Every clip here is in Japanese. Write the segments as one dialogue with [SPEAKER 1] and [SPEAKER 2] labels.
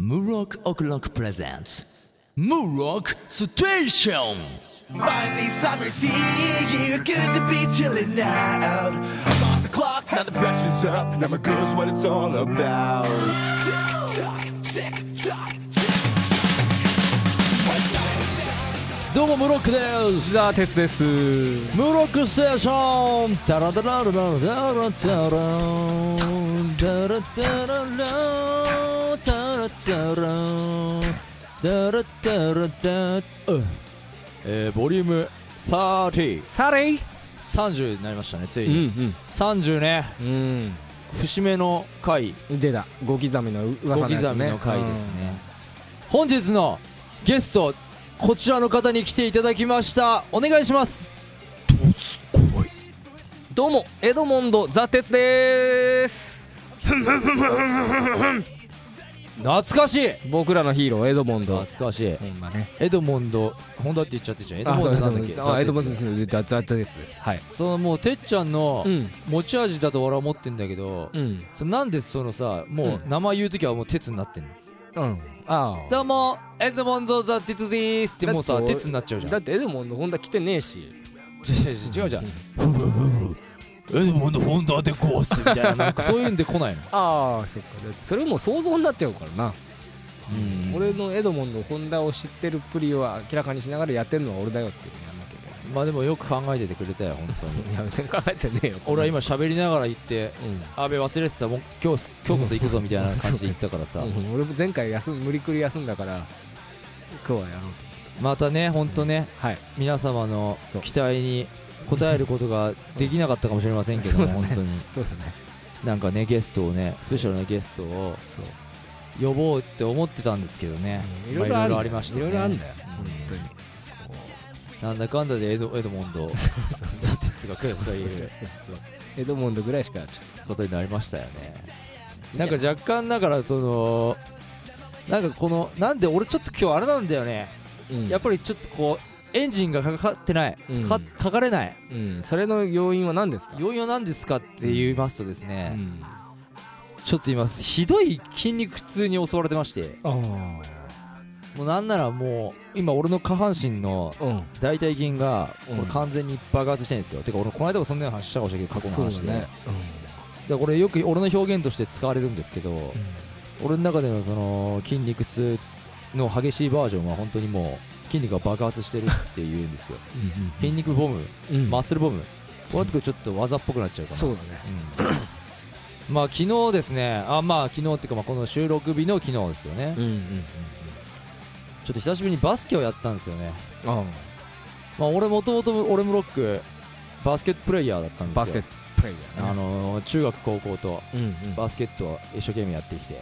[SPEAKER 1] Murok O'Clock presents Murok Station!
[SPEAKER 2] Finally, summer's here. Good to be chilling out. I'm off the clock, now the pressure's up. Now my girl's what it's all about. Tick tock, tick tock, tick.
[SPEAKER 1] どうもムロックです
[SPEAKER 3] ザー鉄です。
[SPEAKER 1] ムロックステーションタラダラララララタラタラタララタラタラタラタラタうんえーボリューム3030
[SPEAKER 3] サレイ。
[SPEAKER 1] になりましたねついに
[SPEAKER 3] ん
[SPEAKER 1] 30ね
[SPEAKER 3] うん。
[SPEAKER 1] 節目の回
[SPEAKER 3] うん。出た。五刻みの
[SPEAKER 1] 小刻
[SPEAKER 3] 噂の
[SPEAKER 1] み
[SPEAKER 3] やつね。
[SPEAKER 1] の回ですね本日のゲストこちらの方に来ていただきましたお願いします
[SPEAKER 3] うん。どうもエドモンドザー鉄です。
[SPEAKER 1] 懐かしい
[SPEAKER 3] 僕らのヒーローエドモンド。
[SPEAKER 1] 懐かしい
[SPEAKER 3] ほんまね。
[SPEAKER 1] エドモンド本田って言っちゃってるじゃんエド
[SPEAKER 3] あ、
[SPEAKER 1] モ
[SPEAKER 3] そう
[SPEAKER 1] ン
[SPEAKER 3] エ
[SPEAKER 1] ド
[SPEAKER 3] ド
[SPEAKER 1] な
[SPEAKER 3] モ
[SPEAKER 1] んだっけ
[SPEAKER 3] ンド。あ、エドモンド
[SPEAKER 1] ザ
[SPEAKER 3] ですね。ザザ鉄です。はい。
[SPEAKER 1] そのもうてっちゃんの
[SPEAKER 3] うん。
[SPEAKER 1] 持ち味だと俺は思ってんだけど、
[SPEAKER 3] うん。
[SPEAKER 1] そのなんでそのさも
[SPEAKER 3] う
[SPEAKER 1] う名前言う時はもう鉄になってんの、
[SPEAKER 3] うん。ああ。
[SPEAKER 1] どうもエドモンドザ・テツでーすってもう
[SPEAKER 3] だ
[SPEAKER 1] さ
[SPEAKER 3] って
[SPEAKER 1] 鉄になっちゃうじゃん
[SPEAKER 3] だってエドモンド本田来てねえし。
[SPEAKER 1] 違う違う違うじゃんエドモンド・ホンダでゴースみたいななんかそういうんで来ないの
[SPEAKER 3] ああ、そっか。だってそれもう想像になっちゃうからな。俺のエドモンド本田を知ってるプリを明らかにしながらやってるのは俺だよっていうのやんなきゃいけない。
[SPEAKER 1] まあでもよく考えててくれたよ本当に
[SPEAKER 3] いや別に考えてねえよ
[SPEAKER 1] 俺は今喋りながら行って
[SPEAKER 3] うん
[SPEAKER 1] 阿部忘れてたもう今日今日こそ行くぞみたいな感じで行ったからさ
[SPEAKER 3] うん俺も前回休む無理くり休んだから今日はやろう
[SPEAKER 1] またね本当ね
[SPEAKER 3] はい
[SPEAKER 1] 皆様の
[SPEAKER 3] そう
[SPEAKER 1] 期待に応えることができなかったかもしれませんけども
[SPEAKER 3] そうだ
[SPEAKER 1] 本
[SPEAKER 3] ね
[SPEAKER 1] 当に
[SPEAKER 3] そうだね
[SPEAKER 1] なんかねゲストをねスペシャルなゲストを
[SPEAKER 3] そう
[SPEAKER 1] 呼ぼうって思ってたんですけどね
[SPEAKER 3] うんい
[SPEAKER 1] ま
[SPEAKER 3] ろ
[SPEAKER 1] あいろ
[SPEAKER 3] いろあ
[SPEAKER 1] い
[SPEAKER 3] る
[SPEAKER 1] ろありましたね
[SPEAKER 3] いろいろあるんだよ本当に
[SPEAKER 1] なんだかんだでエドエドモンドザ・テツが来るという
[SPEAKER 3] そうそうエドモンドぐらいしかちょっ
[SPEAKER 1] ことになりましたよねなんか若干だからそのなんかこのなんで俺ちょっと今日あれなんだよね、
[SPEAKER 3] と、うん
[SPEAKER 1] やっぱりちょっとこうエンジンがかかってない、
[SPEAKER 3] うん
[SPEAKER 1] かかかれない
[SPEAKER 3] うんそれの要因は何ですか
[SPEAKER 1] 要因は何ですかって言いますとです
[SPEAKER 3] う
[SPEAKER 1] ね、
[SPEAKER 3] ん
[SPEAKER 1] ちょっと今ひどい筋肉痛に襲われてまして
[SPEAKER 3] あ
[SPEAKER 1] もうなんならもう今俺の下半身の
[SPEAKER 3] あうん
[SPEAKER 1] 大腿筋が
[SPEAKER 3] うん
[SPEAKER 1] 俺完全に爆発してるんですよ、てか俺この間もそんな話したかもしれないけど過去の話
[SPEAKER 3] そう
[SPEAKER 1] で,、
[SPEAKER 3] だね
[SPEAKER 1] でこれよく俺の表現として使われるんですけど、俺の中でのその筋肉痛の激しいバージョンは本当にもう筋肉が爆発してるっていうんですよ筋肉ボム、
[SPEAKER 3] うんうん
[SPEAKER 1] マッスルボムこうやってくるとちょっと技っぽくなっちゃうかな
[SPEAKER 3] そうだね
[SPEAKER 1] うんまあ昨日ですねあまあ昨日っていうかまあこの収録日の昨日ですよね、ちょ
[SPEAKER 3] んうん
[SPEAKER 1] っと久しぶりにバスケをやったんですよね
[SPEAKER 3] あ
[SPEAKER 1] まあ俺もともと俺もロックバスケットプレイヤーだったんですよ
[SPEAKER 3] バスケットプレイヤー
[SPEAKER 1] あ
[SPEAKER 3] ね
[SPEAKER 1] のー中学高校と
[SPEAKER 3] うんうん
[SPEAKER 1] バスケットを一生懸命やってきて、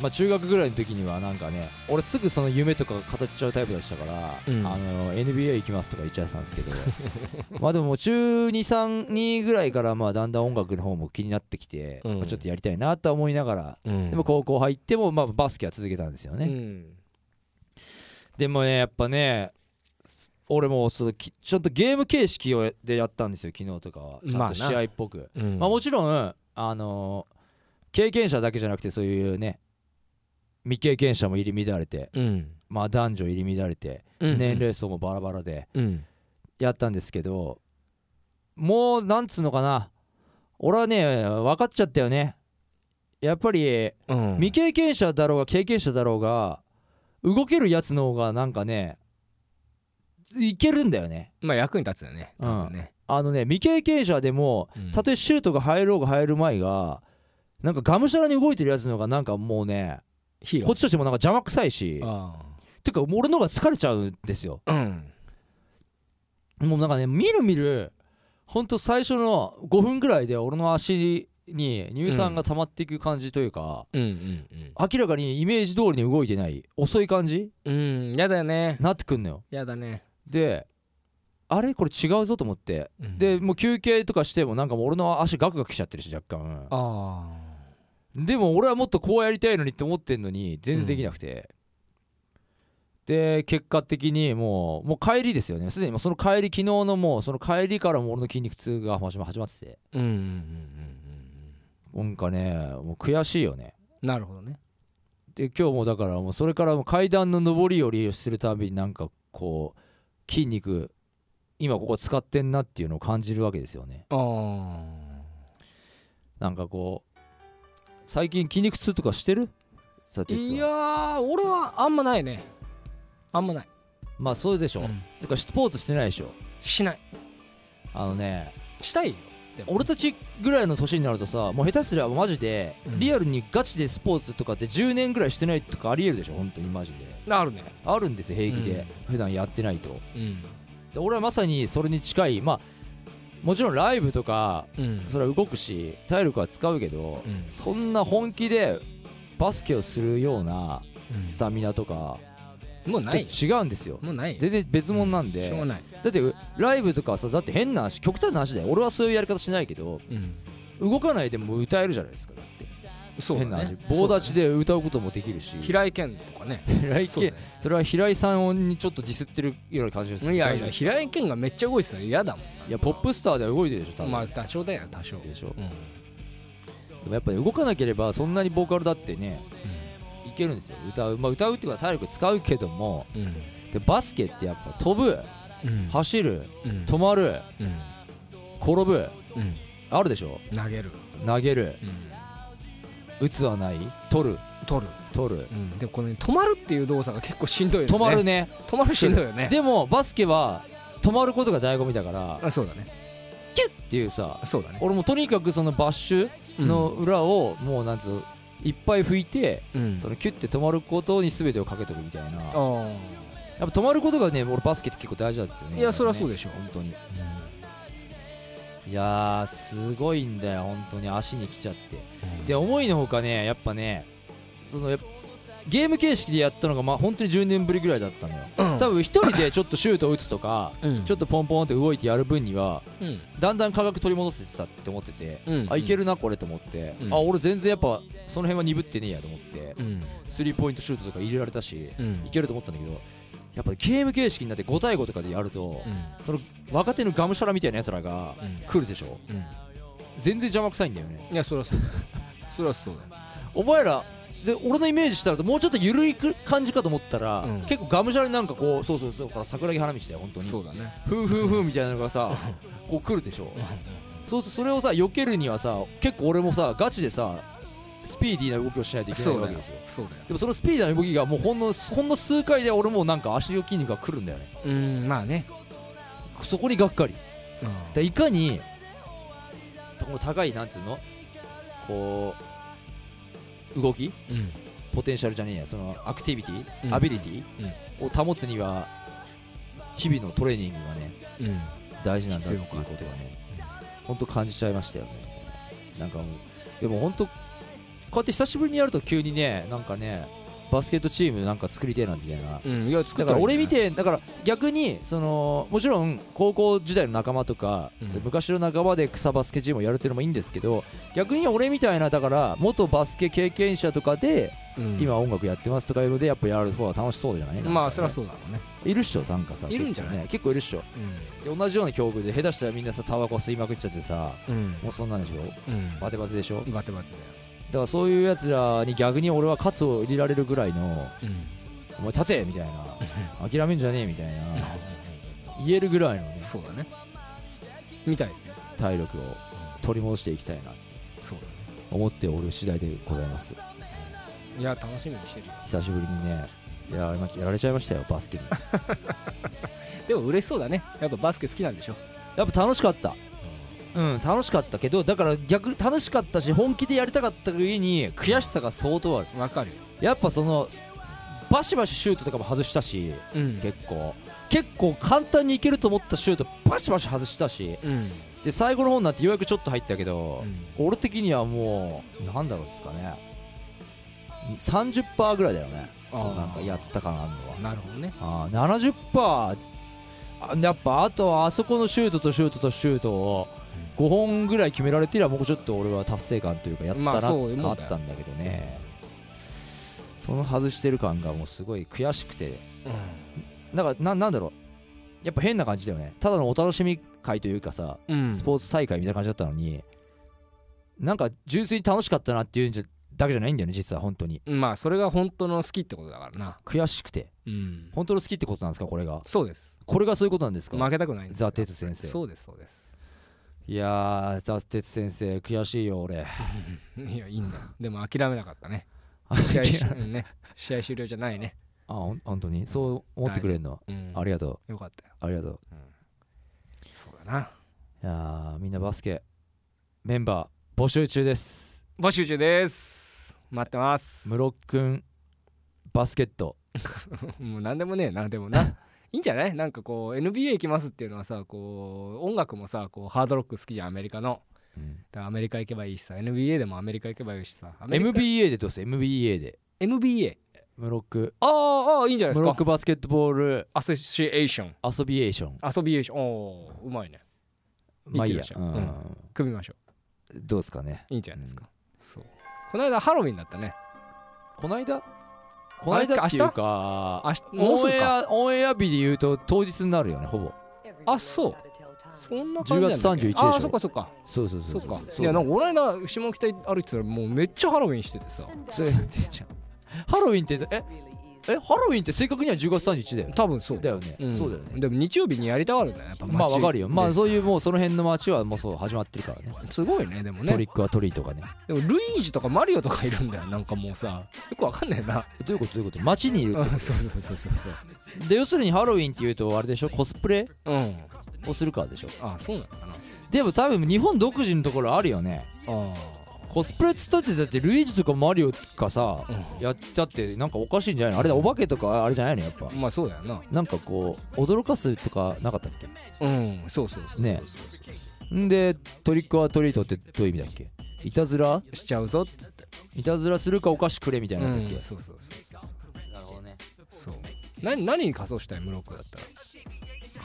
[SPEAKER 1] まあ、中学ぐらいの時にはなんかね俺すぐその夢とか語っちゃうタイプでしたから、
[SPEAKER 3] うん
[SPEAKER 1] あの NBA 行きますとか言っちゃってたんですけど まあでももう中232ぐらいからまあだんだん音楽の方も気になってきて、
[SPEAKER 3] うん
[SPEAKER 1] まあちょっとやりたいなとは思いながら、
[SPEAKER 3] うん
[SPEAKER 1] でも高校入ってもまあバスケは続けたんですよね、
[SPEAKER 3] うん
[SPEAKER 1] でもねやっぱね俺もそのきちょっとゲーム形式をでやったんですよ昨日とかはちゃん
[SPEAKER 3] まあ
[SPEAKER 1] と
[SPEAKER 3] な
[SPEAKER 1] 試合っぽく、
[SPEAKER 3] うん
[SPEAKER 1] まあ、もちろん、あのー経験者だけじゃなくてそういうね未経験者も入り乱れて、
[SPEAKER 3] うん
[SPEAKER 1] まあ、男女入り乱れて、
[SPEAKER 3] うん
[SPEAKER 1] 年齢層もバラバラで
[SPEAKER 3] うん
[SPEAKER 1] やったんですけどもうなんつうのかな俺はね分かっちゃったよねやっぱり
[SPEAKER 3] うん
[SPEAKER 1] 未経験者だろうが経験者だろうが動けるやつの方がなんかねいけるんだよね
[SPEAKER 3] まあ役に立つよね
[SPEAKER 1] うん
[SPEAKER 3] 多分ね
[SPEAKER 1] あのね未経験者でも
[SPEAKER 3] うん
[SPEAKER 1] たとえシュートが入ろうが入る前がなんかがむしゃらに動いてるやつの方がなんかもうね
[SPEAKER 3] ヒーロ
[SPEAKER 1] こっ
[SPEAKER 3] ー
[SPEAKER 1] ちとしてもなんか邪魔くさいし
[SPEAKER 3] あ
[SPEAKER 1] てか俺の方が疲れちゃうんですよ
[SPEAKER 3] あうん
[SPEAKER 1] もうなんかねみるみるほんと最初の5分ぐらいで俺の足に乳酸が溜まっていく感じというか、
[SPEAKER 3] うんうん
[SPEAKER 1] 明らかにイメージ通りに動いてない遅い感じ
[SPEAKER 3] うんうんやだよね
[SPEAKER 1] なってくんのよ
[SPEAKER 3] やだね
[SPEAKER 1] であれこれ違うぞと思ってで
[SPEAKER 3] で
[SPEAKER 1] もう休憩とかしてもなんかもう俺の足ガクガクしちゃってるし若干
[SPEAKER 3] あ
[SPEAKER 1] でも俺はもっとこうやりたいのにって思ってんのに全然できなくて、で結果的にもうもう帰りですよねすでにもうその帰り昨日のもうその帰りからもう俺の筋肉痛が始ま始まってて
[SPEAKER 3] うんうんうんうんうん
[SPEAKER 1] なんかねもう悔しいよね
[SPEAKER 3] なるほどね
[SPEAKER 1] で今日もだからもうそれからもう階段の上り下りをするたびになんかこう筋肉今ここ使ってんなっていうのを感じるわけですよね
[SPEAKER 3] あー
[SPEAKER 1] なんかこう最近筋肉痛とかしてるさて
[SPEAKER 3] いやー俺はあんまないねあんまない、
[SPEAKER 1] まあそうでしょ、
[SPEAKER 3] うん
[SPEAKER 1] てかスポーツしてないでしょ
[SPEAKER 3] しない
[SPEAKER 1] あのね
[SPEAKER 3] したいよ
[SPEAKER 1] 俺たちぐらいの年になるとさもう下手すりゃマジで、
[SPEAKER 3] うん
[SPEAKER 1] リアルにガチでスポーツとかって10年ぐらいしてないとかありえるでしょ本当にマジで
[SPEAKER 3] あるね
[SPEAKER 1] あるんですよ平気で、普段やってないと
[SPEAKER 3] うん
[SPEAKER 1] で俺はまさにそれに近いまあもちろんライブとか
[SPEAKER 3] うん
[SPEAKER 1] それは動くし体力は使うけど、
[SPEAKER 3] うん
[SPEAKER 1] そんな本気でバスケをするようなスタミナとか
[SPEAKER 3] もうないよ
[SPEAKER 1] 違うんですよ
[SPEAKER 3] もうないよ
[SPEAKER 1] 全然別物なんで、
[SPEAKER 3] しょうがない、
[SPEAKER 1] だってライブとかさだって変な話極端な話だよ俺はそういうやり方しないけど
[SPEAKER 3] うん、
[SPEAKER 1] 動かないでも歌えるじゃないですかだって
[SPEAKER 3] そうだ
[SPEAKER 1] 変な話
[SPEAKER 3] ね
[SPEAKER 1] 棒立ちで歌うこともできるし
[SPEAKER 3] 平井堅と かね
[SPEAKER 1] 平井
[SPEAKER 3] そう
[SPEAKER 1] 堅
[SPEAKER 3] だね
[SPEAKER 1] それは平井さんにちょっとディスってるような感じです
[SPEAKER 3] いや
[SPEAKER 1] 大
[SPEAKER 3] い
[SPEAKER 1] 丈夫
[SPEAKER 3] や
[SPEAKER 1] です
[SPEAKER 3] 平井堅がめっちゃ動いてたら嫌だも
[SPEAKER 1] いやポップスターでは動いてるでしょ多分、
[SPEAKER 3] んまあ多少だよ多少
[SPEAKER 1] でしょ
[SPEAKER 3] うん、うん
[SPEAKER 1] でもやっぱり動かなければそんなにボーカルだってねいけるんですよ歌うまあ歌うっていうか体力使うけども
[SPEAKER 3] うん
[SPEAKER 1] でバスケってやっぱ飛ぶ
[SPEAKER 3] うん
[SPEAKER 1] 走る
[SPEAKER 3] うん
[SPEAKER 1] 止まる
[SPEAKER 3] うん
[SPEAKER 1] 転ぶ
[SPEAKER 3] うん
[SPEAKER 1] あるでしょ
[SPEAKER 3] 投げる、
[SPEAKER 1] 投げる
[SPEAKER 3] うん、
[SPEAKER 1] 打つはない取る
[SPEAKER 3] 取る、
[SPEAKER 1] 取る
[SPEAKER 3] うん、でもこの、止まるっていう動作が結構しんどいよね
[SPEAKER 1] 止まるね
[SPEAKER 3] 止まるしんどいよね
[SPEAKER 1] でもバスケは止まることが醍醐味だから
[SPEAKER 3] あそうだね
[SPEAKER 1] キュッっていうさ
[SPEAKER 3] そうだね
[SPEAKER 1] 俺もとにかくそのバッシュの、裏をもうなんつうのいっぱい拭いて
[SPEAKER 3] うんうん、
[SPEAKER 1] そのキュッて止まることに全てをかけとくみたいなやっ
[SPEAKER 3] あー
[SPEAKER 1] ぱ止まることがね俺バスケって結構大事なんですよね
[SPEAKER 3] いやそりゃそうでしょ
[SPEAKER 1] 本当にいやーすごいんだよ本当に足に来ちゃってで思いのほかねやっぱねそのやっぱゲーム形式でやったのがまあ本当に10年ぶりぐらいだったのよ
[SPEAKER 3] うん
[SPEAKER 1] 多分一人でちょっとシュートを打つとか
[SPEAKER 3] うん
[SPEAKER 1] ちょっとポンポンって動いてやる分には
[SPEAKER 3] うん
[SPEAKER 1] だんだん価格取り戻せてたって思ってて、
[SPEAKER 3] うん
[SPEAKER 1] あいけるなこれと思って、
[SPEAKER 3] うん
[SPEAKER 1] あ俺全然やっぱその辺は鈍ってねえやと思って
[SPEAKER 3] うん
[SPEAKER 1] スリーポイントシュートとか入れられたし、
[SPEAKER 3] うん
[SPEAKER 1] いけると思ったんだけどやっぱゲーム形式になって5対5とかでやると、その若手のがむしゃらみたいなやつらが
[SPEAKER 3] うん
[SPEAKER 1] 来るでしょ
[SPEAKER 3] うん
[SPEAKER 1] 全然邪魔くさいんだよね
[SPEAKER 3] いやそりゃそうだよ そりゃそうだよ
[SPEAKER 1] お前らで俺のイメージしたらもうちょっと緩いく感じかと思ったら、
[SPEAKER 3] うん
[SPEAKER 1] 結構がむしゃらになんかこうそうそうそうだから桜木花道だよ本当に
[SPEAKER 3] そうだね
[SPEAKER 1] ふんふんふんみたいなのがさこう来るでしょそうそうそれをさ避けるにはさ結構俺もさガチでさスピーディーな動きをしないといけない
[SPEAKER 3] そう
[SPEAKER 1] わ
[SPEAKER 3] だ
[SPEAKER 1] け
[SPEAKER 3] よ
[SPEAKER 1] ですよ
[SPEAKER 3] そうだよ
[SPEAKER 1] でもそのスピーディーな動きがもうほんのほんの数回で俺もうなんか足の筋肉が来るんだよね
[SPEAKER 3] うんまあね
[SPEAKER 1] そこにがっかり
[SPEAKER 3] うん
[SPEAKER 1] でいかにこの高いなんつうのこう動き
[SPEAKER 3] うん
[SPEAKER 1] ポテンシャルじゃねえやそのアクティビティ、
[SPEAKER 3] うん
[SPEAKER 1] アビリティを保つには日々のトレーニングがね
[SPEAKER 3] うん
[SPEAKER 1] 大事なんだっていうことがね本当感じちゃいましたよねなんかもうでも本当こうやって久しぶりにやると急にねなんかねバスケットチームなんか作りてえなみたいな
[SPEAKER 3] うんいや作
[SPEAKER 1] だ
[SPEAKER 3] った
[SPEAKER 1] から俺見
[SPEAKER 3] い
[SPEAKER 1] てだから逆にそのもちろん高校時代の仲間とか、
[SPEAKER 3] うん
[SPEAKER 1] そう昔の仲間で草バスケチームをやるっていうのもいいんですけど逆に俺みたいなだから元バスケ経験者とかで、
[SPEAKER 3] うん
[SPEAKER 1] 今音楽やってますとかいうのでやっぱやる方が楽しそうじゃない
[SPEAKER 3] まあそりゃ
[SPEAKER 1] う
[SPEAKER 3] そうだろうね
[SPEAKER 1] いるっしょなんかさ
[SPEAKER 3] いるんじゃない
[SPEAKER 1] 結構ね結構いるっしょで同じような境遇で下手したらみんなさタバコ吸いまくっちゃってさ
[SPEAKER 3] うん
[SPEAKER 1] もうそんなんでしょ
[SPEAKER 3] うん
[SPEAKER 1] バテバテでしょだ
[SPEAKER 3] バテバテだよ
[SPEAKER 1] からそういうやつらに逆に俺は喝を入れられるぐらいの
[SPEAKER 3] うん
[SPEAKER 1] 「お前立て!」みたいな「諦めんじゃねえ」みたいな言えるぐらいのね
[SPEAKER 3] そうだねみたいですね
[SPEAKER 1] 体力を取り戻していきたいなと
[SPEAKER 3] そうだね
[SPEAKER 1] 思っておる次第でございます
[SPEAKER 3] いや楽しみにしてるよ
[SPEAKER 1] 久しぶりにねやられまやられちゃいましたよバスケに
[SPEAKER 3] でも嬉しそうだねやっぱバスケ好きなんでしょ
[SPEAKER 1] やっぱ楽しかったうん楽しかったけどだから逆に楽しかったし本気でやりたかったがゆえに悔しさが相当ある
[SPEAKER 3] わかるよ
[SPEAKER 1] やっぱそのバシバシシュートとかも外したし
[SPEAKER 3] うん
[SPEAKER 1] 結構結構簡単にいけると思ったシュートバシバシ外したし
[SPEAKER 3] うん
[SPEAKER 1] で最後の方になってようやくちょっと入ったけど、俺的にはもうなんだろうですかね30%ぐらいだよね
[SPEAKER 3] あー
[SPEAKER 1] なんかやったかなあんのは
[SPEAKER 3] なるほどね
[SPEAKER 1] あー70%あやっぱあとはあそこのシュートとシュートとシュートを5本ぐらい決められてりゃもうちょっと俺は達成感というかやったな
[SPEAKER 3] まあ
[SPEAKER 1] が
[SPEAKER 3] そういう
[SPEAKER 1] あ
[SPEAKER 3] もん
[SPEAKER 1] っ
[SPEAKER 3] だよ
[SPEAKER 1] たんだけどね、その外してる感がもうすごい悔しくてだからななんだろうやっぱ変な感じだよねただのお楽しみ会というかさ、
[SPEAKER 3] うん
[SPEAKER 1] スポーツ大会みたいな感じだったのになんか純粋に楽しかったなっていうんじゃだけじゃないんだよね実は本当に
[SPEAKER 3] まあそれが本当の好きってことだからな
[SPEAKER 1] 悔しくて
[SPEAKER 3] うん
[SPEAKER 1] 本当の好きってことなんですかこれが
[SPEAKER 3] そうです
[SPEAKER 1] これがそういうことなんですか、
[SPEAKER 3] 負けたくないんですよ
[SPEAKER 1] ザ・テツ先生
[SPEAKER 3] そうですそうです
[SPEAKER 1] いやーザ・テツ先生悔しいよ俺
[SPEAKER 3] いやいいんだよ でも諦めなかったね試合 し、
[SPEAKER 1] あ
[SPEAKER 3] うんね、試合終了じゃないね、
[SPEAKER 1] ほん本当にそう思ってくれるの
[SPEAKER 3] うん、
[SPEAKER 1] ありがと
[SPEAKER 3] よかったよ
[SPEAKER 1] うありがとう
[SPEAKER 3] そうだない
[SPEAKER 1] やーみんなバスケメンバー募集中です
[SPEAKER 3] 募集中です待ってます
[SPEAKER 1] ムロくんバスケット
[SPEAKER 3] もう何でもねえなで もないいんじゃないなんかこう NBA 行きますっていうのはさこう音楽もさこうハードロック好きじゃんアメリカのだからアメリカ行けばいいしさ NBA でもアメリカ行けばいいしさアメリカ
[SPEAKER 1] MBA でどうする MBA で
[SPEAKER 3] NBA
[SPEAKER 1] ムロック
[SPEAKER 3] ああああいいんじゃないで
[SPEAKER 1] ムロ
[SPEAKER 3] すか
[SPEAKER 1] ックバスケットボール
[SPEAKER 3] アソシエーション
[SPEAKER 1] アソビエーション
[SPEAKER 3] アソビエーションおおうまいね
[SPEAKER 1] まあいいや
[SPEAKER 3] いって、
[SPEAKER 1] う
[SPEAKER 3] らっしゃい
[SPEAKER 1] ん、
[SPEAKER 3] 組みましょ
[SPEAKER 1] どうですかね
[SPEAKER 3] ういいんじゃないですか、そうこの間ハロウィンだったね
[SPEAKER 1] こないだこないだっていうか
[SPEAKER 3] あしもう
[SPEAKER 1] オ
[SPEAKER 3] す
[SPEAKER 1] ン
[SPEAKER 3] ぐ
[SPEAKER 1] エ
[SPEAKER 3] か
[SPEAKER 1] アオンエア日で言うと当日になるよねほぼ
[SPEAKER 4] あそう
[SPEAKER 3] そ
[SPEAKER 4] そ
[SPEAKER 3] んな感じなんだっけ
[SPEAKER 1] 10月31でしょ
[SPEAKER 3] ああそっかそっか
[SPEAKER 1] そうそう
[SPEAKER 3] そ
[SPEAKER 1] そう
[SPEAKER 3] っか
[SPEAKER 1] そう
[SPEAKER 3] いやなんかこの間下北歩いてたらもうめっちゃハロウィンしててさ
[SPEAKER 1] それちょハロウィンってええハロウィンって正確には10月31だよね
[SPEAKER 3] 多分そう
[SPEAKER 1] だよね、
[SPEAKER 3] ん
[SPEAKER 1] そうだよね
[SPEAKER 3] でも日曜日にやりたがるんだよやっぱ街
[SPEAKER 1] まあわかるよまあ
[SPEAKER 3] で
[SPEAKER 1] そういうもうその辺の街はもうそう始まってるからね
[SPEAKER 3] すごいねでも
[SPEAKER 1] トリ
[SPEAKER 3] ね
[SPEAKER 1] ックはトリーとかね
[SPEAKER 3] でもルイージとかマリオとかいるんだよなんかもうさよくわかんないな
[SPEAKER 1] どういうことどういうこと街にいる
[SPEAKER 3] うん そうそうそうそうそう
[SPEAKER 1] で要するにハロウィンっていうとあれでしょコスプレ
[SPEAKER 3] うん
[SPEAKER 1] をするからでしょ
[SPEAKER 3] あそうなのかな
[SPEAKER 1] でも多分日本独自のところあるよね
[SPEAKER 3] あ
[SPEAKER 1] コスプレっつったってだってルイージとかマリオとかさ、
[SPEAKER 3] うん
[SPEAKER 1] やっちゃってなんかおかしいんじゃないのあれだお化けとかあれじゃないのやっぱ
[SPEAKER 3] あまあそうだよな
[SPEAKER 1] なんかこう驚かすとかなかったっ
[SPEAKER 3] うんそうそうそうそう
[SPEAKER 1] ねけんでトリックはトリートってどういう意味だっけいたずら
[SPEAKER 3] しちゃうぞっつって
[SPEAKER 1] いたずらするかお菓子くれみたいな
[SPEAKER 3] う
[SPEAKER 1] やつだ
[SPEAKER 3] ん
[SPEAKER 1] っけ、
[SPEAKER 3] そうそうそうそう
[SPEAKER 1] なるほどね
[SPEAKER 3] そう何何に仮装したいムロックだったら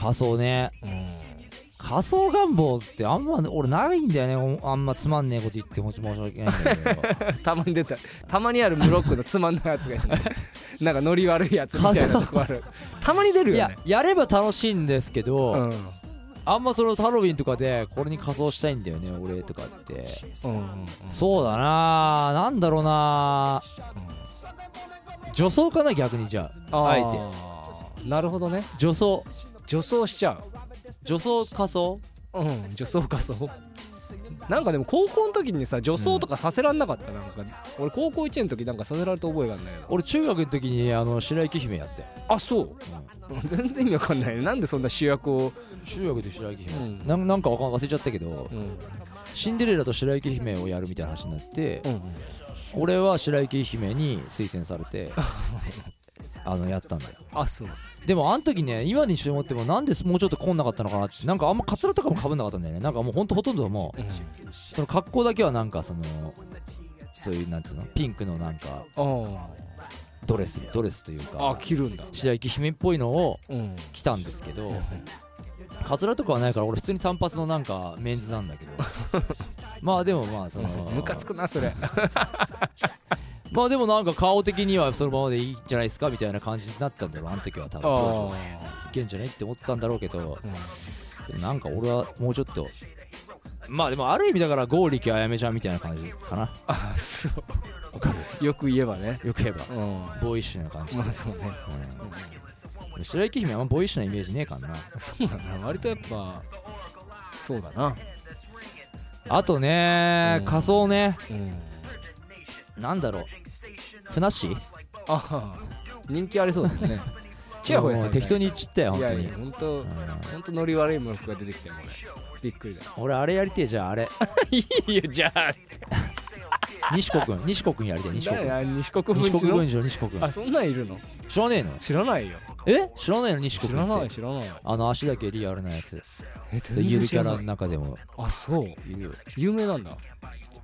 [SPEAKER 1] 仮装ね
[SPEAKER 3] うん
[SPEAKER 1] 仮装願望ってあんま俺ないんだよねおあんまつまんねえこと言ってほんと申し訳ないんだけ ど
[SPEAKER 3] たまに出たたまにあるムロックのつまんないやつがい るねなんかノリ悪いやつみたいなとこある たまに出る
[SPEAKER 1] い
[SPEAKER 3] よ
[SPEAKER 1] や
[SPEAKER 3] ね
[SPEAKER 1] やれば楽しいんですけど、
[SPEAKER 3] うん
[SPEAKER 1] あんまそのハロウィンとかでこれに仮装したいんだよね俺とかって
[SPEAKER 3] うんうんうん
[SPEAKER 1] そうだなあなんだろうなあ女装かな逆にじゃああえて
[SPEAKER 3] てなるほどね
[SPEAKER 1] 女装
[SPEAKER 3] 女装しちゃ
[SPEAKER 1] 女装仮装
[SPEAKER 3] ううん女装仮装なんかでも高校の時にさ女装とかさせらんなかった、なんか俺高校1年の時なんかさせられた覚えがあるんだよ
[SPEAKER 1] 俺中学の時にあの白雪姫やって
[SPEAKER 3] あそう、全然意味わかん ないねなんでそんな主役を、
[SPEAKER 1] 中学で白雪姫、
[SPEAKER 3] うん
[SPEAKER 1] なん、なんかわかん忘れちゃったけど
[SPEAKER 3] うん
[SPEAKER 1] シンデレラと白雪姫をやるみたいな話になって
[SPEAKER 3] う、ん、
[SPEAKER 1] 俺は白雪姫に推薦されて あのやったんだよ
[SPEAKER 3] あそう
[SPEAKER 1] でもあの時ね今にして思ってもなんでもうちょっと来んなかったのかなってなんかあんまカツラとかもかぶんなかったんだよねなんかもうほんとほとんどもう
[SPEAKER 3] うん
[SPEAKER 1] その格好だけはなんかそのそういうなんつうのピンクのなんか
[SPEAKER 3] あ
[SPEAKER 1] ドレスドレスという
[SPEAKER 3] ああ
[SPEAKER 1] か
[SPEAKER 3] 切るんだ
[SPEAKER 1] 白雪姫っぽいのを
[SPEAKER 3] うん
[SPEAKER 1] 着たんですけどカツラとかはないから俺普通に単発のなんかメンズなんだ けどまあでもまあその
[SPEAKER 3] ムカつくなそれ
[SPEAKER 1] まあでもなんか顔的にはそのままでいいんじゃないですかみたいな感じになったんだろうあの時は多分当時はいけんじゃないって思ったんだろうけどでもなんか俺はもうちょっとまあでもある意味だから剛力あやめちゃんみたいな感じかな
[SPEAKER 3] あそう
[SPEAKER 1] わか
[SPEAKER 3] よく言えばね
[SPEAKER 1] るよく言えば
[SPEAKER 3] うんま
[SPEAKER 1] ボーイッシュな感じ、
[SPEAKER 3] あそうね
[SPEAKER 1] うん、白雪姫はあんまボーイッシュなイメージねえからな
[SPEAKER 3] そうだな割とやっぱそうだな
[SPEAKER 1] あとね
[SPEAKER 3] うん
[SPEAKER 1] 仮装ね
[SPEAKER 3] うん
[SPEAKER 1] なんだろうふなっしー
[SPEAKER 3] ああ人気ありそうだもんね チヤホヤさ
[SPEAKER 1] も
[SPEAKER 3] れ
[SPEAKER 1] う
[SPEAKER 3] たい
[SPEAKER 1] 適当に言っちったよ
[SPEAKER 3] い
[SPEAKER 1] 本
[SPEAKER 3] や
[SPEAKER 1] 当
[SPEAKER 3] い
[SPEAKER 1] に
[SPEAKER 3] や本当
[SPEAKER 1] うん
[SPEAKER 3] 本当ノリ悪いムロックが出てきてもねびっくりだ
[SPEAKER 1] 俺あれやりてえじゃああれ
[SPEAKER 3] いいよじゃあ
[SPEAKER 1] 西子 くん西子くんやりてえ西子くん
[SPEAKER 3] 誰西国分
[SPEAKER 1] 西
[SPEAKER 3] 寺
[SPEAKER 1] 国
[SPEAKER 3] の
[SPEAKER 1] 分寺の西子くん
[SPEAKER 3] あそんなんいるの
[SPEAKER 1] 知らねえの
[SPEAKER 3] 知らないよ
[SPEAKER 1] え知らないの西子く
[SPEAKER 3] 知
[SPEAKER 1] ん
[SPEAKER 3] ら
[SPEAKER 1] っ
[SPEAKER 3] ない
[SPEAKER 1] て
[SPEAKER 3] 知らない
[SPEAKER 1] あの足だけリアルなやつ
[SPEAKER 3] え全
[SPEAKER 1] ゆ
[SPEAKER 3] 然
[SPEAKER 1] る
[SPEAKER 3] 知
[SPEAKER 1] キャ
[SPEAKER 3] ら
[SPEAKER 1] ラ
[SPEAKER 3] な
[SPEAKER 1] の
[SPEAKER 3] い
[SPEAKER 1] 中でも
[SPEAKER 3] あそう
[SPEAKER 1] いるよ
[SPEAKER 3] 有名なんだ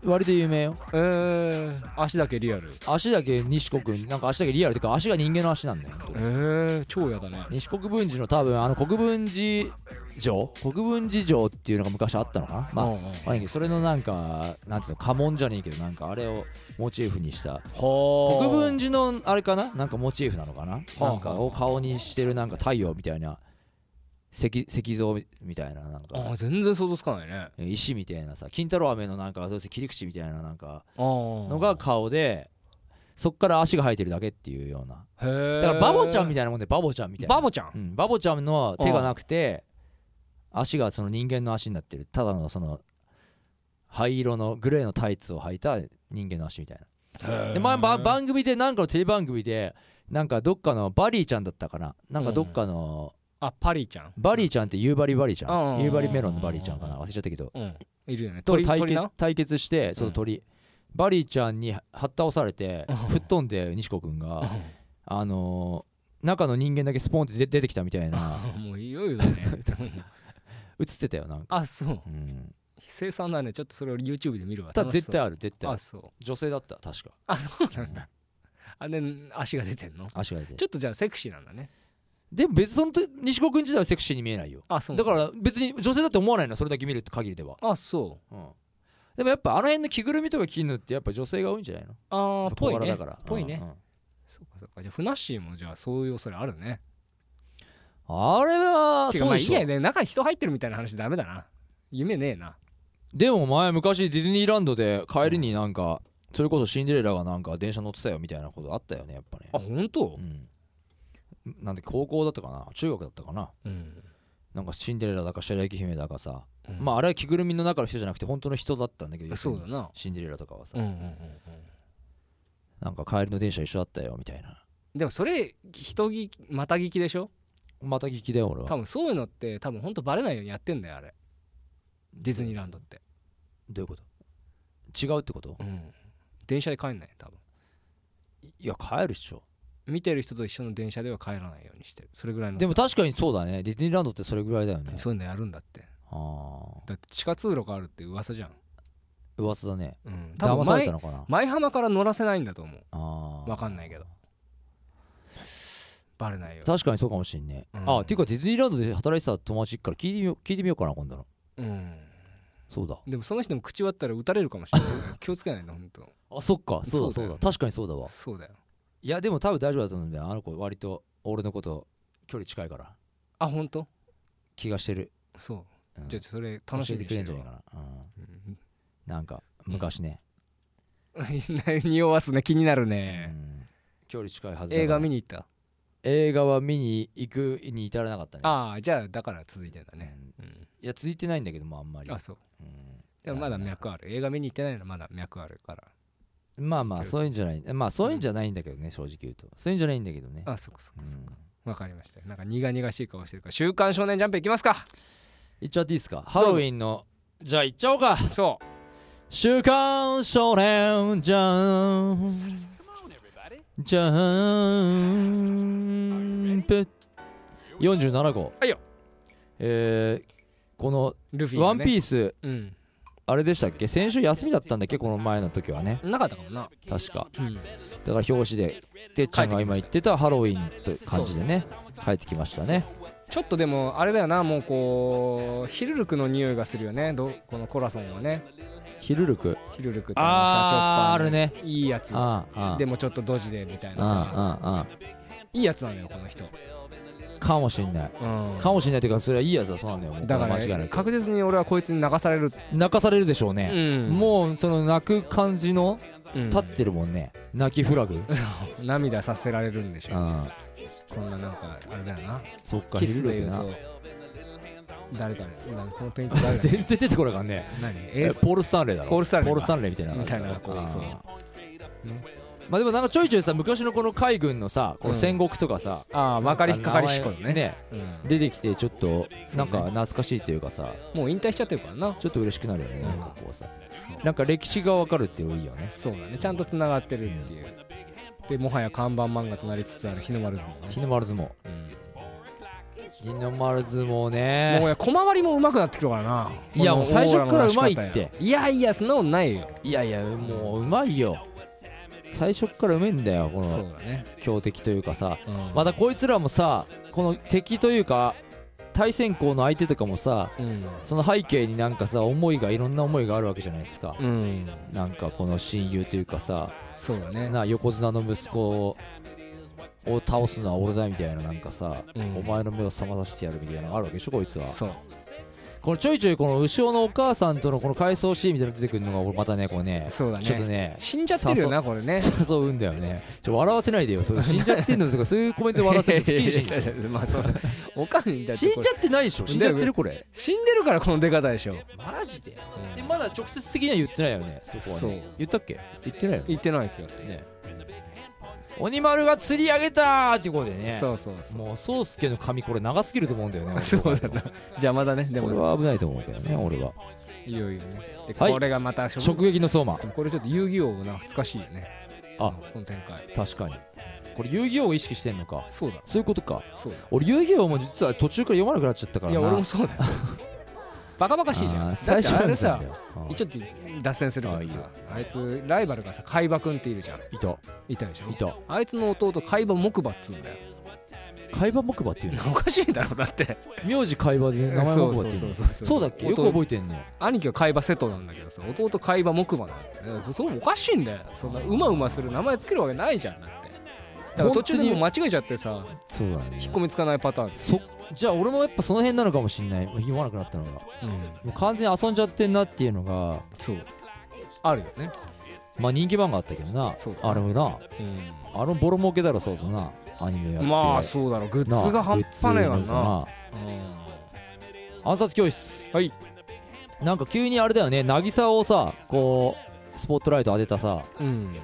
[SPEAKER 1] 割と有名よ
[SPEAKER 3] えー、足だけリアル
[SPEAKER 1] 足だけ西子くんなんか足だけリアルっていうか足が人間の足なんだよ本当に
[SPEAKER 3] えー、超やだね
[SPEAKER 1] 西国分寺の多分あの国分寺城国分寺城っていうのが昔あったのかなまあ、
[SPEAKER 3] うんうん
[SPEAKER 1] あれやけどそれのなんかなんていうの家紋じゃねえけどなんかあれをモチーフにした
[SPEAKER 3] は
[SPEAKER 1] 国分寺のあれかななんかモチーフなのかな
[SPEAKER 3] あ
[SPEAKER 1] なんかを顔にしてるなんか太陽みたいな石石像みたいななん
[SPEAKER 3] あ
[SPEAKER 1] か
[SPEAKER 3] あ全然想像つかないねあ
[SPEAKER 1] 石みたいなさ金太郎飴のなんかそうです切り口みたいななんか
[SPEAKER 3] あの
[SPEAKER 1] のが顔でそっから足が生えてるだけっていうような
[SPEAKER 3] へえ
[SPEAKER 1] だからバボちゃんみたいなもんでバボちゃんみたいな
[SPEAKER 3] バボちゃん
[SPEAKER 1] うん、バボちゃんのは手がなくて足がその人間の足になってるただのその灰色のグレーのタイツを履いた人間の足みたいなで前ば番組でなんかのテレビ番組でなんかどっかのバリーちゃんだったかななんかどっかの
[SPEAKER 3] あパリちゃん
[SPEAKER 1] バリーちゃんって夕張バリーちゃ
[SPEAKER 3] うん
[SPEAKER 1] ん夕張メロンのバリーちゃんかな忘れちゃったけど
[SPEAKER 3] うんいるよね
[SPEAKER 1] と
[SPEAKER 3] 鳥
[SPEAKER 1] 対
[SPEAKER 3] 鳥
[SPEAKER 1] 決
[SPEAKER 3] な
[SPEAKER 1] 対決してその鳥、バリーちゃんにはっ倒されて
[SPEAKER 3] うん
[SPEAKER 1] 吹っ飛んで西子くんがあのー中の人間だけスポンって出出てきたみたいな
[SPEAKER 3] もういろいろだね
[SPEAKER 1] 映ってたよなんか、
[SPEAKER 3] あそう
[SPEAKER 1] うん、
[SPEAKER 3] 生産だねちょっとそれを YouTube で見るわ
[SPEAKER 1] ただ
[SPEAKER 3] 楽し
[SPEAKER 1] 絶
[SPEAKER 3] そう
[SPEAKER 1] 対ある絶対あ
[SPEAKER 3] あ
[SPEAKER 1] る
[SPEAKER 3] そう
[SPEAKER 1] 女性だった確か
[SPEAKER 3] あそうなんだあで足が出てんの
[SPEAKER 1] 足が出て
[SPEAKER 3] ちょっとじゃあセクシーなんだね
[SPEAKER 1] でも別にその時西子くん自体はセクシーに見えないよ
[SPEAKER 3] あそう
[SPEAKER 1] だから別に女性だって思わないのそれだけ見るって限りでは、
[SPEAKER 3] らあそう
[SPEAKER 1] うん、でもやっぱあの辺の着ぐるみとか着るのってやっぱ女性が多いんじゃないの
[SPEAKER 3] ああぽ
[SPEAKER 1] 小
[SPEAKER 3] い
[SPEAKER 1] 柄
[SPEAKER 3] ね
[SPEAKER 1] だから
[SPEAKER 3] ぽいね
[SPEAKER 1] うんうん
[SPEAKER 3] そうかそうかじゃあフナッシーもじゃあそういう恐れあるね
[SPEAKER 1] あれは
[SPEAKER 3] てか
[SPEAKER 1] そ
[SPEAKER 3] ま
[SPEAKER 1] う
[SPEAKER 3] あ
[SPEAKER 1] で
[SPEAKER 3] いい
[SPEAKER 1] しょ
[SPEAKER 3] やね中に人入ってるみたいな話ダメだな夢ねえな
[SPEAKER 1] でも前昔ディズニーランドで帰りになんか、それこそシンデレラがなんか電車乗ってたよみたいなことあったよねやっぱね
[SPEAKER 3] あ本
[SPEAKER 1] う
[SPEAKER 3] 当
[SPEAKER 1] んなんで高校だったかな中学だったかな
[SPEAKER 3] うん
[SPEAKER 1] なんかシンデレラだか白雪姫だかさ、
[SPEAKER 3] うん
[SPEAKER 1] まああれは着ぐるみの中の人じゃなくて本当の人だったんだけど
[SPEAKER 3] そうだな
[SPEAKER 1] シンデレラとかはさ、
[SPEAKER 3] うんうんうんうん
[SPEAKER 1] なんか帰りの電車一緒だったよみたいな
[SPEAKER 3] でもそれ人聞きまた聞きでしょ
[SPEAKER 1] また聞きだよ俺は
[SPEAKER 3] 多分そういうのって多分ほんとバレないようにやってんだよあれディズニーランドって
[SPEAKER 1] どういうこと違うってこと
[SPEAKER 3] うん電車で帰んない多分
[SPEAKER 1] いや帰るっしょ
[SPEAKER 3] 見てる人と一緒の電車では帰らないようにしてるそれぐらいの
[SPEAKER 1] でも確かにそうだねディズニーランドってそれぐらいだよね
[SPEAKER 3] そういうのやるんだって
[SPEAKER 1] あ
[SPEAKER 3] だって地下通路があるって噂じゃん、
[SPEAKER 1] あ噂だね
[SPEAKER 3] うん、多
[SPEAKER 1] 騙
[SPEAKER 3] 分
[SPEAKER 1] され
[SPEAKER 3] 前
[SPEAKER 1] たのかな
[SPEAKER 3] 前浜から乗らせないんだと思う
[SPEAKER 1] ああ
[SPEAKER 3] わかんないけどバレないよ、
[SPEAKER 1] 確かにそうかもしんね、
[SPEAKER 3] うん
[SPEAKER 1] あっていうかディズニーランドで働いてた友達から聞いてみよう聞いてみようかな今度の
[SPEAKER 3] うん、
[SPEAKER 1] そうだ
[SPEAKER 3] でもその人も口割ったら撃たれるかもしれない気をつけないと本当
[SPEAKER 1] あそっかそうだ
[SPEAKER 3] そ
[SPEAKER 1] そううだ
[SPEAKER 3] だよ
[SPEAKER 1] 確かにそうだわ
[SPEAKER 3] そうだよ
[SPEAKER 1] いやでも多分大丈夫だと思うんだよあの子割と俺のこと距離近いから
[SPEAKER 3] あ本当
[SPEAKER 1] 気がしてる、
[SPEAKER 3] そううんじゃあそれ楽し
[SPEAKER 1] 教え
[SPEAKER 3] み
[SPEAKER 1] てくれ
[SPEAKER 3] にし
[SPEAKER 1] んじゃ
[SPEAKER 3] てる
[SPEAKER 1] ない
[SPEAKER 3] わ
[SPEAKER 1] かな、うん、なんか昔ね、
[SPEAKER 3] うん 匂わすね気になる
[SPEAKER 1] う
[SPEAKER 3] ね、
[SPEAKER 1] ん距離近いはずだから
[SPEAKER 3] 映画見に行った
[SPEAKER 1] 映画は見に行くに至らなかったね
[SPEAKER 3] ああじゃあだから続いてんだ
[SPEAKER 1] うん
[SPEAKER 3] ね、うん、
[SPEAKER 1] いや続いてないんだけどもあんまり
[SPEAKER 3] あそう
[SPEAKER 1] うん
[SPEAKER 3] でもまだ脈ある映画見に行ってないのはまだ脈あるから
[SPEAKER 1] まあま
[SPEAKER 3] 気
[SPEAKER 1] あ
[SPEAKER 3] をつけ
[SPEAKER 1] そういうんじゃないまあそういうんじゃないんだけどね、正直言うとそういうんじゃないんだけどね
[SPEAKER 3] あそっかそっかそっ
[SPEAKER 1] うん
[SPEAKER 3] かわかりましたよなんか苦々しい顔してるから「週刊少年ジャンプ」いきますか
[SPEAKER 1] 行っちゃっていいですかハロウィンのじゃあ行っちゃおうか
[SPEAKER 3] そ
[SPEAKER 1] 週刊少年ジャンジャンプ47号
[SPEAKER 3] はいよ
[SPEAKER 1] えーこの
[SPEAKER 3] うルフ
[SPEAKER 1] 「
[SPEAKER 3] ィが
[SPEAKER 1] ワ
[SPEAKER 3] ね、
[SPEAKER 1] ンピース
[SPEAKER 3] うん
[SPEAKER 1] あれでしたっけ先週休みだったんだっけこの前の時はね
[SPEAKER 3] なかったかもな、
[SPEAKER 1] 確か
[SPEAKER 3] うん、
[SPEAKER 1] だから表紙でてっちゃんが今言ってたハロウィンという感じでね帰ってきましたね
[SPEAKER 3] ちょっとでもあれだよなもうこうヒルルクの匂いがするよねどこのコラソンはね
[SPEAKER 1] ヒルルク
[SPEAKER 3] ヒルルクって
[SPEAKER 1] あー
[SPEAKER 3] の
[SPEAKER 1] あるね
[SPEAKER 3] いいやつ
[SPEAKER 1] ああああ
[SPEAKER 3] でもちょっとドジでみたいなさ
[SPEAKER 1] あああ
[SPEAKER 3] いいやつなんだよこの人、
[SPEAKER 1] あかもしんない
[SPEAKER 3] うん、
[SPEAKER 1] かもしれないというかそれはいいやつだそうなんだよもう
[SPEAKER 3] だから、
[SPEAKER 1] 間違いなく
[SPEAKER 3] 確実に俺はこいつに流される、
[SPEAKER 1] 泣かされるでしょうね、
[SPEAKER 3] ん
[SPEAKER 1] もうその泣く感じの
[SPEAKER 3] うん、
[SPEAKER 1] 立ってるもんね泣きフラグ、うん、
[SPEAKER 3] 涙させられるんでしょこんななんかあれだよな
[SPEAKER 1] そっか
[SPEAKER 3] キ
[SPEAKER 1] ヒ
[SPEAKER 3] ス
[SPEAKER 1] ル
[SPEAKER 3] で
[SPEAKER 1] ル
[SPEAKER 3] 言
[SPEAKER 1] ク
[SPEAKER 3] う
[SPEAKER 1] な
[SPEAKER 3] と誰だなんかこのペンキ誰 だ
[SPEAKER 1] 全然出てこなかんね
[SPEAKER 3] 何エ
[SPEAKER 1] え
[SPEAKER 3] ース
[SPEAKER 1] ポール・スタンレーだろ
[SPEAKER 3] ポールスタンレー
[SPEAKER 1] ポール・スタンレーみたいな
[SPEAKER 3] みたいなこう
[SPEAKER 1] あー
[SPEAKER 3] そう
[SPEAKER 1] ねまあでもなんかちょいちょいさ昔のこの海軍のさこの戦国とかさ、
[SPEAKER 3] ああまかりひっかかりしこの
[SPEAKER 1] 名前
[SPEAKER 3] ねうん
[SPEAKER 1] 出てきてちょっとなんか懐かしいというかさ
[SPEAKER 3] もう引退しちゃってるからな
[SPEAKER 1] ちょっと嬉しくなるよね
[SPEAKER 3] うん
[SPEAKER 1] なんかこうさなんか歴史がわかるっていうのいいよね
[SPEAKER 3] そうだねちゃんとつながってるっていうでもはや看板漫画となりつつある日の丸相撲な
[SPEAKER 1] 日の丸相撲
[SPEAKER 3] うん
[SPEAKER 1] 日の丸相撲
[SPEAKER 3] もう
[SPEAKER 1] ね
[SPEAKER 3] ね小回りもうまくなってくるからない
[SPEAKER 1] や
[SPEAKER 3] この
[SPEAKER 1] もう最初から
[SPEAKER 3] オーラの出し
[SPEAKER 1] うまいって
[SPEAKER 3] 方やいやいやそんなことないよ
[SPEAKER 1] いやいやもううまいよ最初っからうめえんだよこ
[SPEAKER 3] そう
[SPEAKER 1] の
[SPEAKER 3] だね
[SPEAKER 1] 強敵というかさ
[SPEAKER 3] うん
[SPEAKER 1] またこいつらもさこの敵というか対戦校の相手とかもさ
[SPEAKER 3] うん
[SPEAKER 1] その背景になんかさ思いがいろんな思いがあるわけじゃないですか
[SPEAKER 3] うん
[SPEAKER 1] なんかこの親友というかさ
[SPEAKER 3] そうだね
[SPEAKER 1] な横綱の息子を倒すのは俺だみたいななんかさ、
[SPEAKER 3] うん
[SPEAKER 1] お前の目を覚まさせてやるみたいなのがあるわけでしょこいつは
[SPEAKER 3] そう
[SPEAKER 1] このちょいちょいこの後ろのお母さんとのこの回想シーンみたいなの出てくるのが俺またねこうね
[SPEAKER 3] そうだね
[SPEAKER 1] ちょっとね
[SPEAKER 3] 死んじゃってるよなこれね
[SPEAKER 1] 誘う誘うんだよねちょ笑わせないでよそれ死んじゃってんの とかそういうコメントで笑わせるの不謹慎でし
[SPEAKER 3] まあそうおかんだ
[SPEAKER 1] ょ
[SPEAKER 3] っ
[SPEAKER 1] 死んじ
[SPEAKER 3] てこ
[SPEAKER 1] ゃ
[SPEAKER 3] れ
[SPEAKER 1] ってないでしょ死んじゃってるこれ
[SPEAKER 3] 死んでるからこの出方でしょ
[SPEAKER 1] マジででまだ直接的には言ってないよねそこはね
[SPEAKER 3] そう
[SPEAKER 1] 言ったっけ言ってないよね
[SPEAKER 3] 言ってない気がする
[SPEAKER 1] ね鬼丸が釣り上げたーっていうことでね
[SPEAKER 3] そうそうそ
[SPEAKER 1] もう宗介の髪これ長すぎると思うんだよね
[SPEAKER 3] うそうだな邪魔だねで
[SPEAKER 1] 俺
[SPEAKER 3] も
[SPEAKER 1] は危ないと思うけどね俺はい
[SPEAKER 3] よいよねで
[SPEAKER 1] はい
[SPEAKER 3] これがまた食
[SPEAKER 1] 直撃の相馬
[SPEAKER 3] これちょっと遊戯王が懐かしいよね
[SPEAKER 1] あ
[SPEAKER 3] この展開
[SPEAKER 1] 確かにこれ遊戯王を意識してんのか
[SPEAKER 3] そうだ
[SPEAKER 1] そういうことか
[SPEAKER 3] そうだ
[SPEAKER 1] 俺遊戯王も実は途中から読まなくなっちゃったから
[SPEAKER 3] い
[SPEAKER 1] な
[SPEAKER 3] や俺もそうだ よバカバカしいじゃん
[SPEAKER 1] あ
[SPEAKER 3] だ
[SPEAKER 1] ー
[SPEAKER 3] って
[SPEAKER 1] 最初
[SPEAKER 3] あれさち
[SPEAKER 1] 一
[SPEAKER 3] ょっと脱線するけどさあいつライバルがさ海馬くんっているじゃん
[SPEAKER 1] 応
[SPEAKER 3] いたでしょ
[SPEAKER 1] いたい
[SPEAKER 3] あいつの弟海馬木馬っつうんだよ
[SPEAKER 1] た海馬木馬っていうの
[SPEAKER 3] おかしいだろだって
[SPEAKER 1] 名字海馬で名前木馬っていう
[SPEAKER 3] そう
[SPEAKER 1] の
[SPEAKER 3] そうそうそう
[SPEAKER 1] そうだっけよく覚えてんね
[SPEAKER 3] 兄貴は海馬瀬戸なんだけどさ弟海馬木馬なんだよそれおかしいんだよそんなうまうまする名前つけるわけないじゃんだってだから途中でもう間違えちゃってさ
[SPEAKER 1] そうだね
[SPEAKER 3] 引っ込みつかないパターンです、
[SPEAKER 1] そじゃあ俺もやっぱその辺なのかもしんない読まなくなったのがも
[SPEAKER 3] うん、
[SPEAKER 1] う完全に遊んじゃってんなっていうのが
[SPEAKER 3] そうあるよね
[SPEAKER 1] まあ人気漫画あったけどな
[SPEAKER 3] そうだ
[SPEAKER 1] あれもなあのボロ儲けだろそうそうなアニメや
[SPEAKER 3] う
[SPEAKER 1] って
[SPEAKER 3] ん、まあそうだろグッズが半端ないわ
[SPEAKER 1] グッズの
[SPEAKER 3] な、
[SPEAKER 1] さ
[SPEAKER 3] う
[SPEAKER 1] 暗殺教室
[SPEAKER 3] ん、はい
[SPEAKER 1] なんか急にあれだよね渚をさこうスポットライト当てたさ
[SPEAKER 3] うん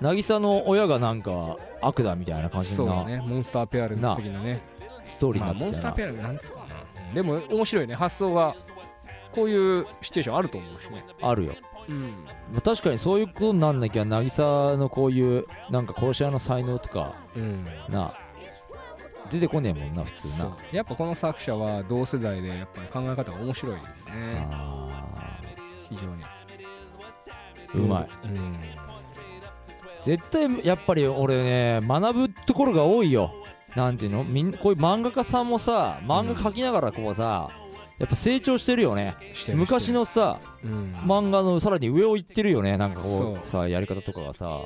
[SPEAKER 1] 渚の親がなんか悪だみたいな感じ
[SPEAKER 3] そうだ
[SPEAKER 1] な
[SPEAKER 3] ねモンスターペアルの次のね
[SPEAKER 1] ストーリー
[SPEAKER 3] まあ
[SPEAKER 1] になっ
[SPEAKER 3] モン
[SPEAKER 1] て
[SPEAKER 3] ス
[SPEAKER 1] た
[SPEAKER 3] タ
[SPEAKER 1] よ
[SPEAKER 3] ー
[SPEAKER 1] な
[SPEAKER 3] ペアルなんつうかなでも面白いね発想がこういうシチュエーションあると思うしね
[SPEAKER 1] あるよ
[SPEAKER 3] うん
[SPEAKER 1] まあ確かにそういうことになんなきゃ渚のこういうなんか殺し屋の才能とか
[SPEAKER 3] うん
[SPEAKER 1] な出てこねえもんな普通
[SPEAKER 3] そ
[SPEAKER 1] な
[SPEAKER 3] うやっぱこの作者は同世代でやっぱり考え方が面白いですね
[SPEAKER 1] あ
[SPEAKER 3] 非常に
[SPEAKER 1] ーうまい
[SPEAKER 3] うん
[SPEAKER 1] 絶対やっぱり俺ね学ぶところが多いよなんていうのみんなこういう漫画家さんもさ漫画描きながらこうさ、やっぱ成長してるよね
[SPEAKER 3] してる
[SPEAKER 1] 昔のさ
[SPEAKER 3] うん
[SPEAKER 1] 漫画のさらに上を行ってるよねなんかこ
[SPEAKER 3] そう
[SPEAKER 1] うさやり方とかがさ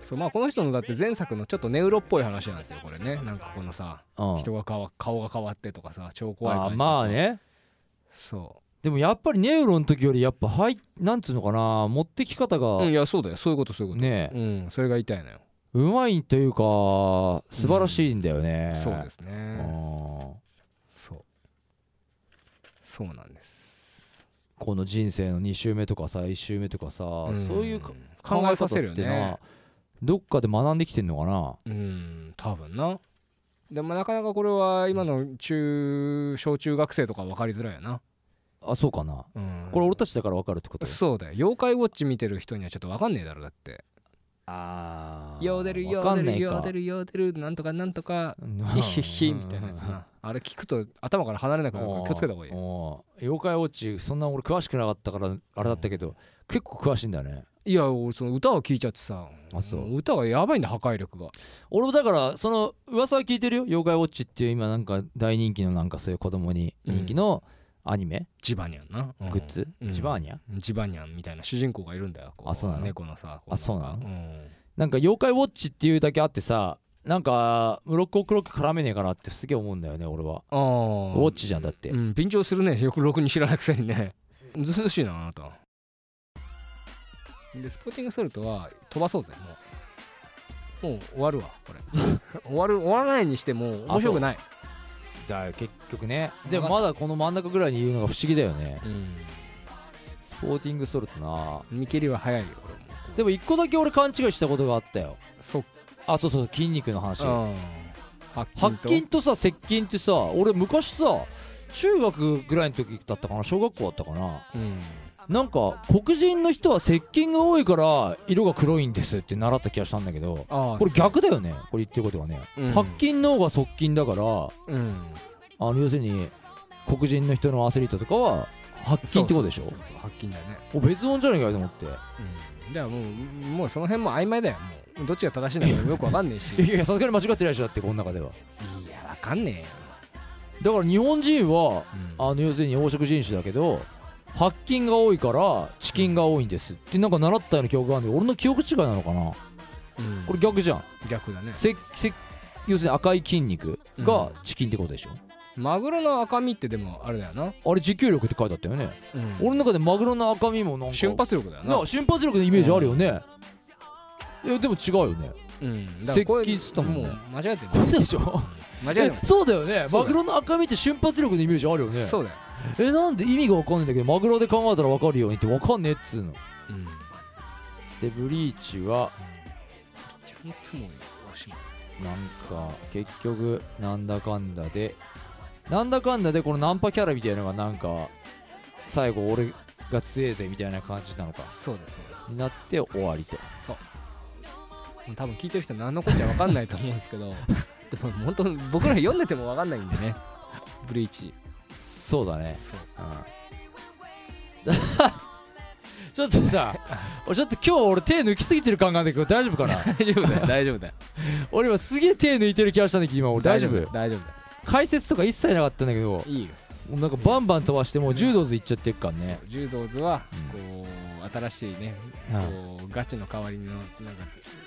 [SPEAKER 3] そうまあこの人のだって前作のちょっとネウロっぽい話なんですよこれねなんかこのさ
[SPEAKER 1] うん
[SPEAKER 3] 人が変わ顔が変わってとかさ超怖い
[SPEAKER 1] あ
[SPEAKER 3] 感
[SPEAKER 1] ー
[SPEAKER 3] じ
[SPEAKER 1] まあね
[SPEAKER 3] そ
[SPEAKER 1] でもやっぱりネウロの時よりやっぱはいなんつうのかな持ってき方
[SPEAKER 3] ううん
[SPEAKER 1] が
[SPEAKER 3] いやそうだよそういうことそういうこと
[SPEAKER 1] ね
[SPEAKER 3] うんそれが痛いのよ
[SPEAKER 1] うまいというか素晴らしいんだよね、
[SPEAKER 3] そうです
[SPEAKER 1] あ
[SPEAKER 3] ね
[SPEAKER 1] ー
[SPEAKER 3] そうそうなんです
[SPEAKER 1] この人生の2周目とかさ1周目とかさ、
[SPEAKER 3] ん
[SPEAKER 1] そういうか
[SPEAKER 3] 考えさせるよ
[SPEAKER 1] 考え方って
[SPEAKER 3] ね
[SPEAKER 1] などっかで学んできてんのかな
[SPEAKER 3] うん多分なでもなかなかこれは今の中小中学生とかは分かりづらいよな、
[SPEAKER 1] あそうかな
[SPEAKER 3] うん、
[SPEAKER 1] これ俺たちだから分かるってこと
[SPEAKER 3] そうだよ妖怪ウォッチ見てる人にはちょっと分かんねえだろだって
[SPEAKER 1] あ
[SPEAKER 3] 「ヨーデルヨ
[SPEAKER 1] わか
[SPEAKER 3] ーデ
[SPEAKER 1] んな
[SPEAKER 3] ル
[SPEAKER 1] い
[SPEAKER 3] ヨー
[SPEAKER 1] か
[SPEAKER 3] デルヨーデルなんとかなんとか
[SPEAKER 1] うん
[SPEAKER 3] ヒッヒッヒ」みたいなやつなあれ聞くと頭から離れなくなるから気をつけた方がいいよ
[SPEAKER 1] おー妖怪ウォッチそんな俺詳しくなかったからあれだったけど結構詳しいんだね
[SPEAKER 3] いや俺その歌を聞いちゃってさ
[SPEAKER 1] あそう
[SPEAKER 3] も歌がやばいんだ破壊力が
[SPEAKER 1] 俺もだからその噂は聞いてるよ妖怪ウォッチっていう今なんか大人気のなんかそういう子供に人気のアニメ、
[SPEAKER 3] ジバニャンな、うん
[SPEAKER 1] グッズ、
[SPEAKER 3] うん
[SPEAKER 1] ジバーニャ
[SPEAKER 3] ジバニャンみたいな主人公がいるんだよこ
[SPEAKER 1] あそうなの
[SPEAKER 3] 猫のさこ
[SPEAKER 1] あそうなの
[SPEAKER 3] んかうん
[SPEAKER 1] なんか妖怪ウォッチっていうだけあってさなんかムロッコクロック絡めねえかなってすげえ思うんだよね俺は
[SPEAKER 3] あ
[SPEAKER 1] ウ
[SPEAKER 3] ー
[SPEAKER 1] ォッチじゃんだって、
[SPEAKER 3] うん、便乗するねよくろくに知らないくせにねずうずうしいなあなたでスポーティングソルトは飛ばそうぜもうもう終わるわ これ終わる終わらないにしても面白くない
[SPEAKER 1] だ結局ねでもまだこの真ん中ぐらいに言うのが不思議だよね
[SPEAKER 3] うん
[SPEAKER 1] スポーティングソルトな
[SPEAKER 3] 見切りは早いよ俺も
[SPEAKER 1] でも一個だけ俺勘違いしたことがあったよ
[SPEAKER 3] そっ
[SPEAKER 1] あそうそう筋肉の話
[SPEAKER 3] か発
[SPEAKER 1] 発
[SPEAKER 3] 筋と
[SPEAKER 1] 筋とさ接近ってさ俺昔さ中学ぐらいの時だったかな小学校だったかな
[SPEAKER 3] うん
[SPEAKER 1] なんか黒人の人は接近が多いから色が黒いんですって習った気がしたんだけど
[SPEAKER 3] ああ
[SPEAKER 1] これ逆だよねこれ言ってることはね、
[SPEAKER 3] うん
[SPEAKER 1] 白筋の方が側近だからあ
[SPEAKER 3] うん
[SPEAKER 1] の要するに黒人の人のアスリートとかは白筋ってことでしょ
[SPEAKER 3] そうそうそう発筋だよね
[SPEAKER 1] お別音じゃねえかよと思って
[SPEAKER 3] うんだからもうもうその辺も曖昧だよもうどっちが正しいのかもよくわかんねえし
[SPEAKER 1] いやいやさすがに間違ってないでしょだってこの中ではい
[SPEAKER 3] やわかんねえ
[SPEAKER 1] だ
[SPEAKER 3] よ、
[SPEAKER 1] から日本人は
[SPEAKER 3] うん
[SPEAKER 1] あの要するに黄色人種だけど白金が多いからチキンが多いんですってなんか習ったような記憶があるんで俺の記憶違いなのかな
[SPEAKER 3] うん
[SPEAKER 1] これ逆じゃん
[SPEAKER 3] 逆だね
[SPEAKER 1] せせ要するに赤い筋肉
[SPEAKER 3] う
[SPEAKER 1] が
[SPEAKER 3] ん
[SPEAKER 1] チキンってことでしょ、
[SPEAKER 3] マグロの赤身ってでもあれだよな、
[SPEAKER 1] あれ持久力って書いてあったよね、
[SPEAKER 3] うん、
[SPEAKER 1] 俺の中でマグロの赤身もなんか
[SPEAKER 3] 瞬発力だよな
[SPEAKER 1] な瞬発力のイメージあるよね、いやでも違うよね
[SPEAKER 3] うんだからこれ
[SPEAKER 1] 接近っつったもんね
[SPEAKER 3] う間違えてる
[SPEAKER 1] そうでしょ
[SPEAKER 3] 間違えて
[SPEAKER 1] え
[SPEAKER 3] る
[SPEAKER 1] そうだよね
[SPEAKER 3] そうだよ
[SPEAKER 1] マグロの赤身って瞬発力のイメージあるよね
[SPEAKER 3] そうだよ、
[SPEAKER 1] えなんで意味が分かんないんだけどマグロで考えたら分かるようにって分かんねえっつうの
[SPEAKER 3] うん、
[SPEAKER 1] でブリーチは
[SPEAKER 3] ちゃんともうわしも
[SPEAKER 1] なんか結局なんだかんだでなんだかんだでこのナンパキャラみたいなのがなんか最後俺が強えぜみたいな感じなのか
[SPEAKER 3] そうですそうです
[SPEAKER 1] になって終わりと
[SPEAKER 3] もう多分聞いてる人何のこっちゃ分かんないと思うんです けどでも本当僕ら読んでても分かんないんでねブリーチ
[SPEAKER 1] そうだね
[SPEAKER 3] そう
[SPEAKER 1] うんちょっとさ俺ちょっと今日俺手抜きすぎてる感があるんだけど大丈夫かな
[SPEAKER 3] 大丈夫だよ大丈夫だよ
[SPEAKER 1] 俺今すげえ手抜いてる気がしたんだけど今 俺大丈夫
[SPEAKER 3] 大丈夫だよ
[SPEAKER 1] 解説とか一切なかったんだけども
[SPEAKER 3] いいよ、
[SPEAKER 1] うなんかバンバン飛ばしてもう柔道図いっちゃってるからね
[SPEAKER 3] そう柔道図はこう新しいね、
[SPEAKER 1] はい
[SPEAKER 3] こうガチの代わりのなんか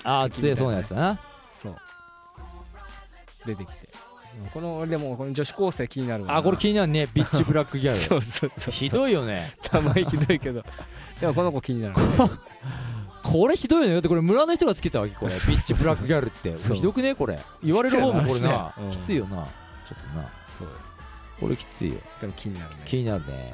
[SPEAKER 1] ああ強そうなやつだな
[SPEAKER 3] そう出てきてこの俺でもこの女子高生気になるわな
[SPEAKER 1] あこれ気になるねビッチブラックギャ
[SPEAKER 3] そ
[SPEAKER 1] ル
[SPEAKER 3] うそう そう
[SPEAKER 1] ひどいよね
[SPEAKER 3] 名前ひどいけどでもこの子気になる
[SPEAKER 1] これひどいよねだってこれ村の人がつけたわけこれビッチブラックギャルって
[SPEAKER 3] そう
[SPEAKER 1] ひどくねこれ言われる方もこれな
[SPEAKER 3] きつ
[SPEAKER 1] きつ
[SPEAKER 3] いよな
[SPEAKER 1] いよなちょっとな
[SPEAKER 3] そう
[SPEAKER 1] これきついよ
[SPEAKER 3] でも気になるね
[SPEAKER 1] 気になるね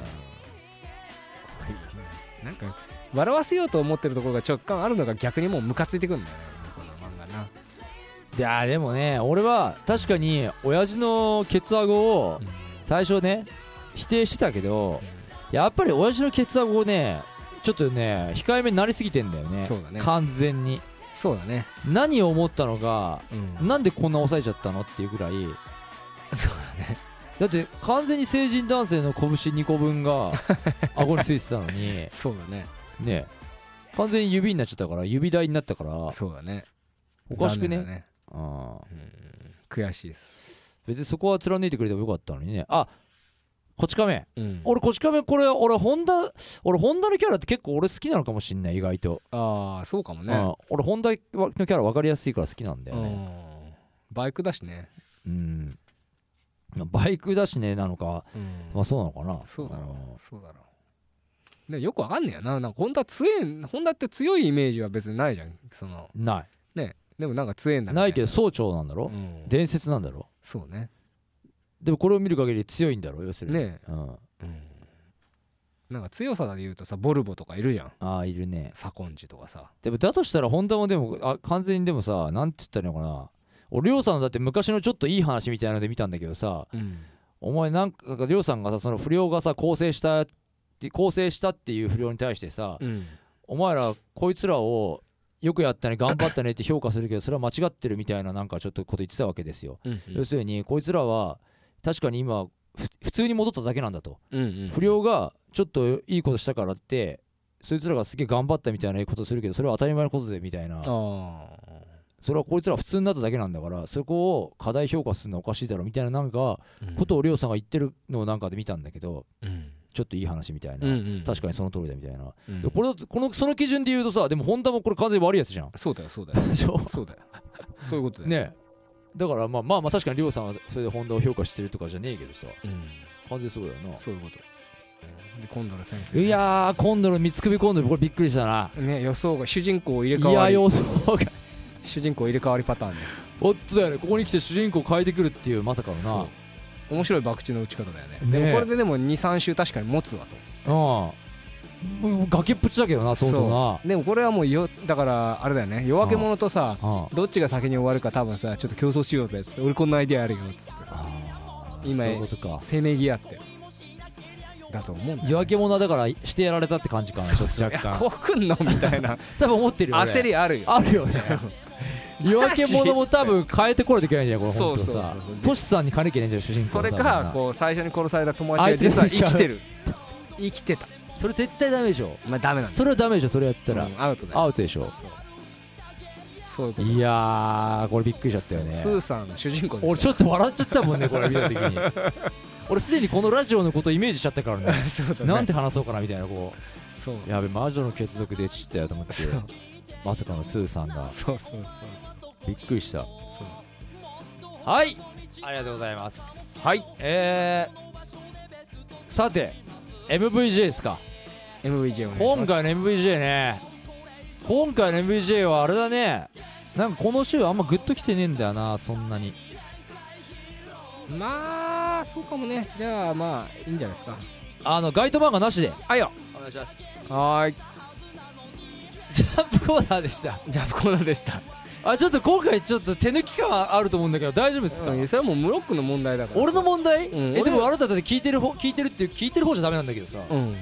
[SPEAKER 3] うんなんか笑わせようと思ってるところが直感あるのが逆にもうムカついてくるんだよねこの漫画な、
[SPEAKER 1] であーでもね俺は確かに親父のケツアゴを
[SPEAKER 3] うん
[SPEAKER 1] 最初ね否定してたけどやっぱり親父のケツアゴをねちょっとね控えめになりすぎてんだよね
[SPEAKER 3] そうだね
[SPEAKER 1] 完全に
[SPEAKER 3] そうだね、
[SPEAKER 1] 何を思ったのか
[SPEAKER 3] うん、
[SPEAKER 1] なんでこんな抑えちゃったのっていうぐらい
[SPEAKER 3] そうだね
[SPEAKER 1] だって完全に成人男性の拳2個分 が顎についてたのに
[SPEAKER 3] そうだね
[SPEAKER 1] ね完全に指になっちゃったから指台になったから
[SPEAKER 3] そうだね
[SPEAKER 1] おかしくね
[SPEAKER 3] 残念だ
[SPEAKER 1] うん
[SPEAKER 3] 悔しいです
[SPEAKER 1] 別にそこは貫いてくれてもよかったのにねあこち亀
[SPEAKER 3] うん
[SPEAKER 1] 俺こち亀これ俺ホンダ俺ホンダのキャラって結構俺好きなのかもしんない意外と、
[SPEAKER 3] ああそうかも
[SPEAKER 1] う
[SPEAKER 3] ね
[SPEAKER 1] ん俺ホンダのキャラ分かりやすいから好きなんだよね
[SPEAKER 3] うんバイクだしね
[SPEAKER 1] うんバイクだしねなのか
[SPEAKER 3] うん
[SPEAKER 1] まあそうなのかな
[SPEAKER 3] そうだろ
[SPEAKER 1] ん
[SPEAKER 3] うそうだろうでもよくわかんねえよななんかホンダ強えんホンダって強いイメージは別にないじゃんその
[SPEAKER 1] な
[SPEAKER 3] ねでもなんか強えんだ
[SPEAKER 1] い
[SPEAKER 3] みた
[SPEAKER 1] ないけど総長なんだろ、
[SPEAKER 3] うん
[SPEAKER 1] 伝説なんだろ
[SPEAKER 3] そうね
[SPEAKER 1] でもこれを見る限り強いんだろ要するに
[SPEAKER 3] ね
[SPEAKER 1] うん、
[SPEAKER 3] なんか強さで言うとさボルボとかいるじゃん
[SPEAKER 1] ああいるね
[SPEAKER 3] サコンジとかさ
[SPEAKER 1] でもだとしたらホンダもでもあ完全にでもさなんて言ったらいいのかな俺りょうさんのだって昔のちょっといい話みたいなので見たんだけどさ
[SPEAKER 3] うん
[SPEAKER 1] お前なんかなんかりょうさんがさその不良がさ更生したって更生したっていう不良に対してさ、
[SPEAKER 3] うん
[SPEAKER 1] お前らこいつらをよくやったね頑張ったねって評価するけどそれは間違ってるみたいななんかちょっとこと言ってたわけですよ、
[SPEAKER 3] うん
[SPEAKER 1] 要するにこいつらは確かに今ふ普通に戻っただけなんだと
[SPEAKER 3] うん
[SPEAKER 1] 不良がちょっといいことしたからってそいつらがすげえ頑張ったみたいなことするけどそれは当たり前のことでみたいな
[SPEAKER 3] あ
[SPEAKER 1] それはこいつら普通になっただけなんだからそこを過大評価するのはおかしいだろみたいななんか
[SPEAKER 3] あ
[SPEAKER 1] ことをりょうさんが言ってるのをなんかで見たんだけど
[SPEAKER 3] うん
[SPEAKER 1] ちょっといい話みたい
[SPEAKER 3] うんう
[SPEAKER 1] なん確かにその通りだみたいな
[SPEAKER 3] うん
[SPEAKER 1] でこれだとこのその基準で言うとさでもホンダもこれ完全に悪いやつじゃん
[SPEAKER 3] そうだよそうだ よ
[SPEAKER 1] でしょ
[SPEAKER 3] そうだよそういうことだよ
[SPEAKER 1] ねえだからまあまあまあ確かにりょうさんはそれでホンダを評価してるとかじゃねえけどさ
[SPEAKER 3] うん
[SPEAKER 1] 完全にそうだよな
[SPEAKER 3] そういうことで今度の先生ね
[SPEAKER 1] いやー今度の三つ首コンドルこれびっくりしたな
[SPEAKER 3] ね予想が主人公入れ
[SPEAKER 1] い
[SPEAKER 3] 替わ
[SPEAKER 1] や
[SPEAKER 3] り
[SPEAKER 1] 予想が
[SPEAKER 3] 主人公入れ替わりパターンね
[SPEAKER 1] おっとだよねここに来て主人公変えてくるっていうまさかのな
[SPEAKER 3] 面白い博打の打ち方だよね
[SPEAKER 1] ねえ
[SPEAKER 3] でもこれででも23週確かに持つわと
[SPEAKER 1] うんもう崖っぷちだけどな相当な
[SPEAKER 3] でもこれはもうよだからあれだよね夜明け者とさ
[SPEAKER 1] あ
[SPEAKER 3] どっちが先に終わるか多分さちょっと競争しようぜっつって俺こんなアイデアあるよっつってさ
[SPEAKER 1] あ
[SPEAKER 3] 今
[SPEAKER 1] そういうことか
[SPEAKER 3] せめぎ合ってだと思うんだよね
[SPEAKER 1] 夜明け者はだからしてやられたって感じかなちょっと
[SPEAKER 3] いや
[SPEAKER 1] 若干
[SPEAKER 3] こうくんのみた いな
[SPEAKER 1] 多分思ってるよ俺
[SPEAKER 3] 焦りあるよ
[SPEAKER 1] あるよね 夜明け者も多分変えてこれといけないんじゃないこれ
[SPEAKER 3] そ
[SPEAKER 1] 本
[SPEAKER 3] う
[SPEAKER 1] 当
[SPEAKER 3] そうそう
[SPEAKER 1] さトシさんに金けねえんじゃん主人公
[SPEAKER 3] それ
[SPEAKER 1] 多分
[SPEAKER 3] か
[SPEAKER 1] な
[SPEAKER 3] こう最初に殺された友
[SPEAKER 1] あ
[SPEAKER 3] 達
[SPEAKER 1] い
[SPEAKER 3] が
[SPEAKER 1] つが
[SPEAKER 3] 実は生きてる生きてた
[SPEAKER 1] それ絶対ダメでしょ
[SPEAKER 3] まあダメなんだ
[SPEAKER 1] それはダメでしょそれやったら
[SPEAKER 3] うんアウトだよ
[SPEAKER 1] アウトでしょ
[SPEAKER 3] そうそういうこと
[SPEAKER 1] いやーこれびっくりしちゃったよ
[SPEAKER 3] ス
[SPEAKER 1] ね
[SPEAKER 3] ーさんの主人公
[SPEAKER 1] 俺ちょっと笑っちゃったもんねこれ見た時に 俺すでにこのラジオのことをイメージしちゃったからね
[SPEAKER 3] ょ そうだね
[SPEAKER 1] なんて話そうかなみたいなこ
[SPEAKER 3] そう
[SPEAKER 1] うやべ魔女の血族で散ったよと思って
[SPEAKER 3] そう
[SPEAKER 1] まさかのスーさんが
[SPEAKER 3] そうそうそうそう
[SPEAKER 1] びっくりした
[SPEAKER 3] そう
[SPEAKER 1] はいありがとうございますはいえー、さて MVJ ですか
[SPEAKER 3] MVJ お願いします
[SPEAKER 1] 今回の MVJ ね今回の MVJ はあれだねなんかこの週あんまグッときてねえんだよなそんなに
[SPEAKER 3] まあそうかもねじゃあまあいいんじゃないですか
[SPEAKER 1] あのガイド漫画なしで
[SPEAKER 3] あいよ
[SPEAKER 1] お願いします
[SPEAKER 3] はーい
[SPEAKER 1] ジャンプコーナーでした
[SPEAKER 3] ジャンプコーナーでした
[SPEAKER 1] あちょっと今回ちょっと手抜き感あると思うんだけど大丈夫ですか、
[SPEAKER 3] うんそれはもうムロックの問題だから
[SPEAKER 1] 俺の問題、
[SPEAKER 3] うん
[SPEAKER 1] えでも
[SPEAKER 3] 俺
[SPEAKER 1] あなただって聞いてる方聞いてるっていう聞いてる方じゃダメなんだけどさ、
[SPEAKER 3] うん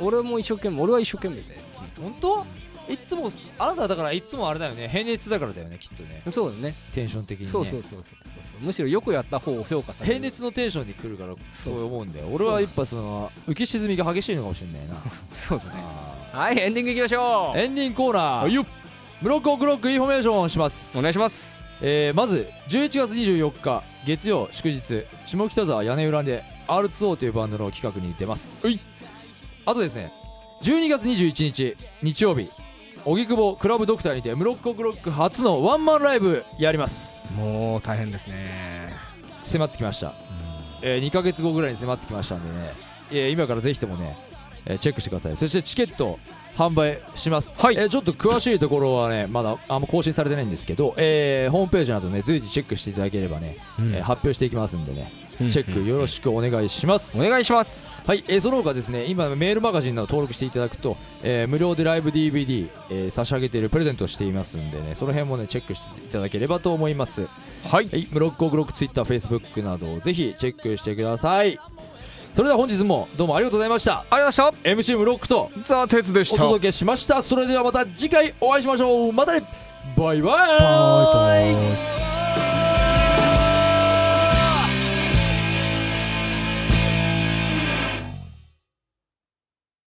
[SPEAKER 3] 俺も一生懸命俺は一生懸命だよいつも
[SPEAKER 1] 本当いっつもあなただからいっつもあれだよね平熱だからだよねきっとね
[SPEAKER 3] そうだね
[SPEAKER 1] テンション的にね
[SPEAKER 3] そうそうそうそうそうむしろよくやった方を評価され
[SPEAKER 1] 平
[SPEAKER 3] る
[SPEAKER 1] 熱のテンションで来るからそう思うんだよ
[SPEAKER 3] そう
[SPEAKER 1] 俺
[SPEAKER 3] そうそう
[SPEAKER 1] はやっぱその浮き沈みが激しいのかもしれないな
[SPEAKER 3] そうだね
[SPEAKER 1] あ
[SPEAKER 3] はいエンディングいきましょ
[SPEAKER 1] ー
[SPEAKER 3] う
[SPEAKER 1] エンディングコーナ
[SPEAKER 3] はい
[SPEAKER 1] ー
[SPEAKER 3] よ
[SPEAKER 1] ブロックオクロックインフォメーションします
[SPEAKER 3] お、願いします
[SPEAKER 1] えー、まず11月24日月曜祝日下北沢屋根裏で R2O というバンドの企画に出ます
[SPEAKER 3] はい
[SPEAKER 1] あとですね12月21日日曜日荻窪クラブドクターにてブロックオクロック初のワンマンライブやります
[SPEAKER 3] もう大変ですね
[SPEAKER 1] 迫ってきました、え2ヶ月後ぐらいに迫ってきましたんでね、えー今からぜひともね、えーチェックしてくださいそしてチケット販売します、
[SPEAKER 3] はい
[SPEAKER 1] えーちょっと詳しいところはねまだあんま更新されてないんですけど、えーホームページなどね随時チェックしていただければね、えー発表していきますんでね、チェックよろしくお願いします、
[SPEAKER 3] お願いします
[SPEAKER 1] はい、えーその他ですね今メールマガジンなど登録していただくと、えー無料でライブ DVD、えー差し上げているプレゼントをしていますんでねその辺もねチェックしていただければと思います
[SPEAKER 3] はい
[SPEAKER 1] はい、ブロックオブロックツイッターフェイスブックなどをぜひチェックしてくださいそれでは本日もどうもありがとうございました
[SPEAKER 3] ありがとうござい
[SPEAKER 1] MC ブロックと
[SPEAKER 3] ましたザ・鉄でし
[SPEAKER 1] お
[SPEAKER 3] た
[SPEAKER 1] 届けしましたそれではまた次回お会いしましょうまたねバイバイ
[SPEAKER 3] バイバイ